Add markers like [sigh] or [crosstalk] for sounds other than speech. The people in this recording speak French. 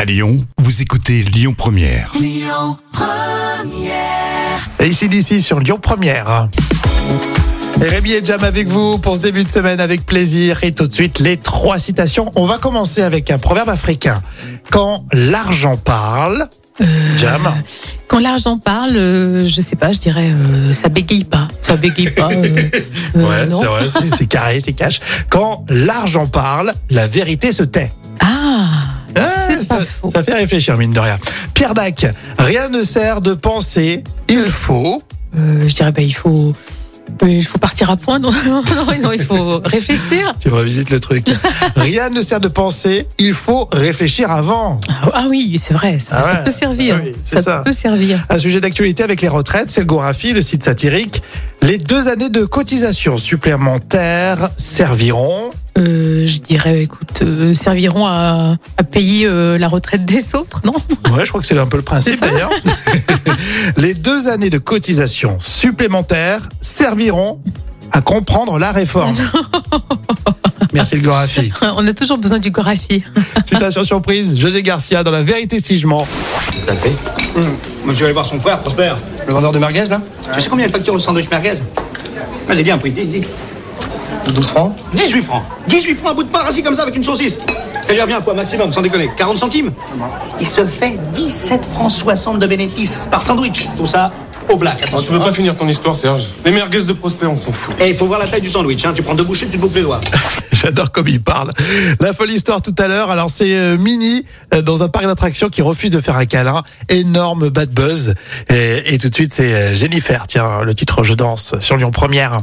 À Lyon, vous écoutez Lyon Première. Et ici d'ici sur Lyon Première. Et Rémi et Jam avec vous pour ce début de semaine avec plaisir. Et tout de suite, les trois citations. On va commencer avec un proverbe africain. Quand l'argent parle, Euh, Jam, Quand l'argent parle, euh, je sais pas, je dirais euh, ça bégaye pas, ça bégaye pas. euh, [laughs] euh, ouais, non. c'est vrai, c'est- c'est carré, c'est cash. Quand l'argent parle, la vérité se tait. Ah, Ah, c'est ça, pas faux. ça fait réfléchir, mine de rien. Pierre Dac, rien ne sert de penser, il faut. Euh, je dirais bah il faut, euh, il faut partir à point. [laughs] Non, non, non, non, il faut réfléchir. Tu me revisites le [laughs] truc. rien ne sert de penser, il faut réfléchir avant. Ah, ah oui, c'est vrai, ça, Ah ça ouais, peut servir. oui, c'est ça. peut servir. Un sujet d'actualité avec les retraites, c'est le Gorafi, le site satirique. Les deux années de cotisation supplémentaires serviront. Euh, je dirais, écoute, euh, serviront à, à payer euh, la retraite des autres, non [laughs] Ouais, je crois que c'est un peu le principe d'ailleurs. [laughs] les deux années de cotisation supplémentaires serviront à comprendre la réforme. Merci le Gorafi. On a toujours besoin du Gorafi. Citation surprise, José Garcia dans La Vérité si je mens. Hmm. Mais je vais aller voir son frère, Prosper. Le vendeur de merguez, là Tu sais combien il facture au sandwich merguez Vas-y, dis un prix, dis, dis. 12 francs 18 francs 18 francs à bout de pain assis comme ça avec une saucisse Ça lui revient à quoi maximum, sans déconner 40 centimes Il se fait 17 francs 60 de bénéfices par sandwich. Tout ça au black, Oh, Tu attention. veux hein. pas finir ton histoire, Serge Les merguez de Prosper, on s'en fout. Eh, il faut voir la taille du sandwich, hein. tu prends deux bouchées, tu te bouffes les doigts. [laughs] J'adore comme il parle. La folle histoire tout à l'heure. Alors c'est euh, Mini euh, dans un parc d'attractions qui refuse de faire un câlin. Énorme bad buzz. Et, et tout de suite c'est euh, Jennifer. Tiens, le titre Je danse sur Lyon Première.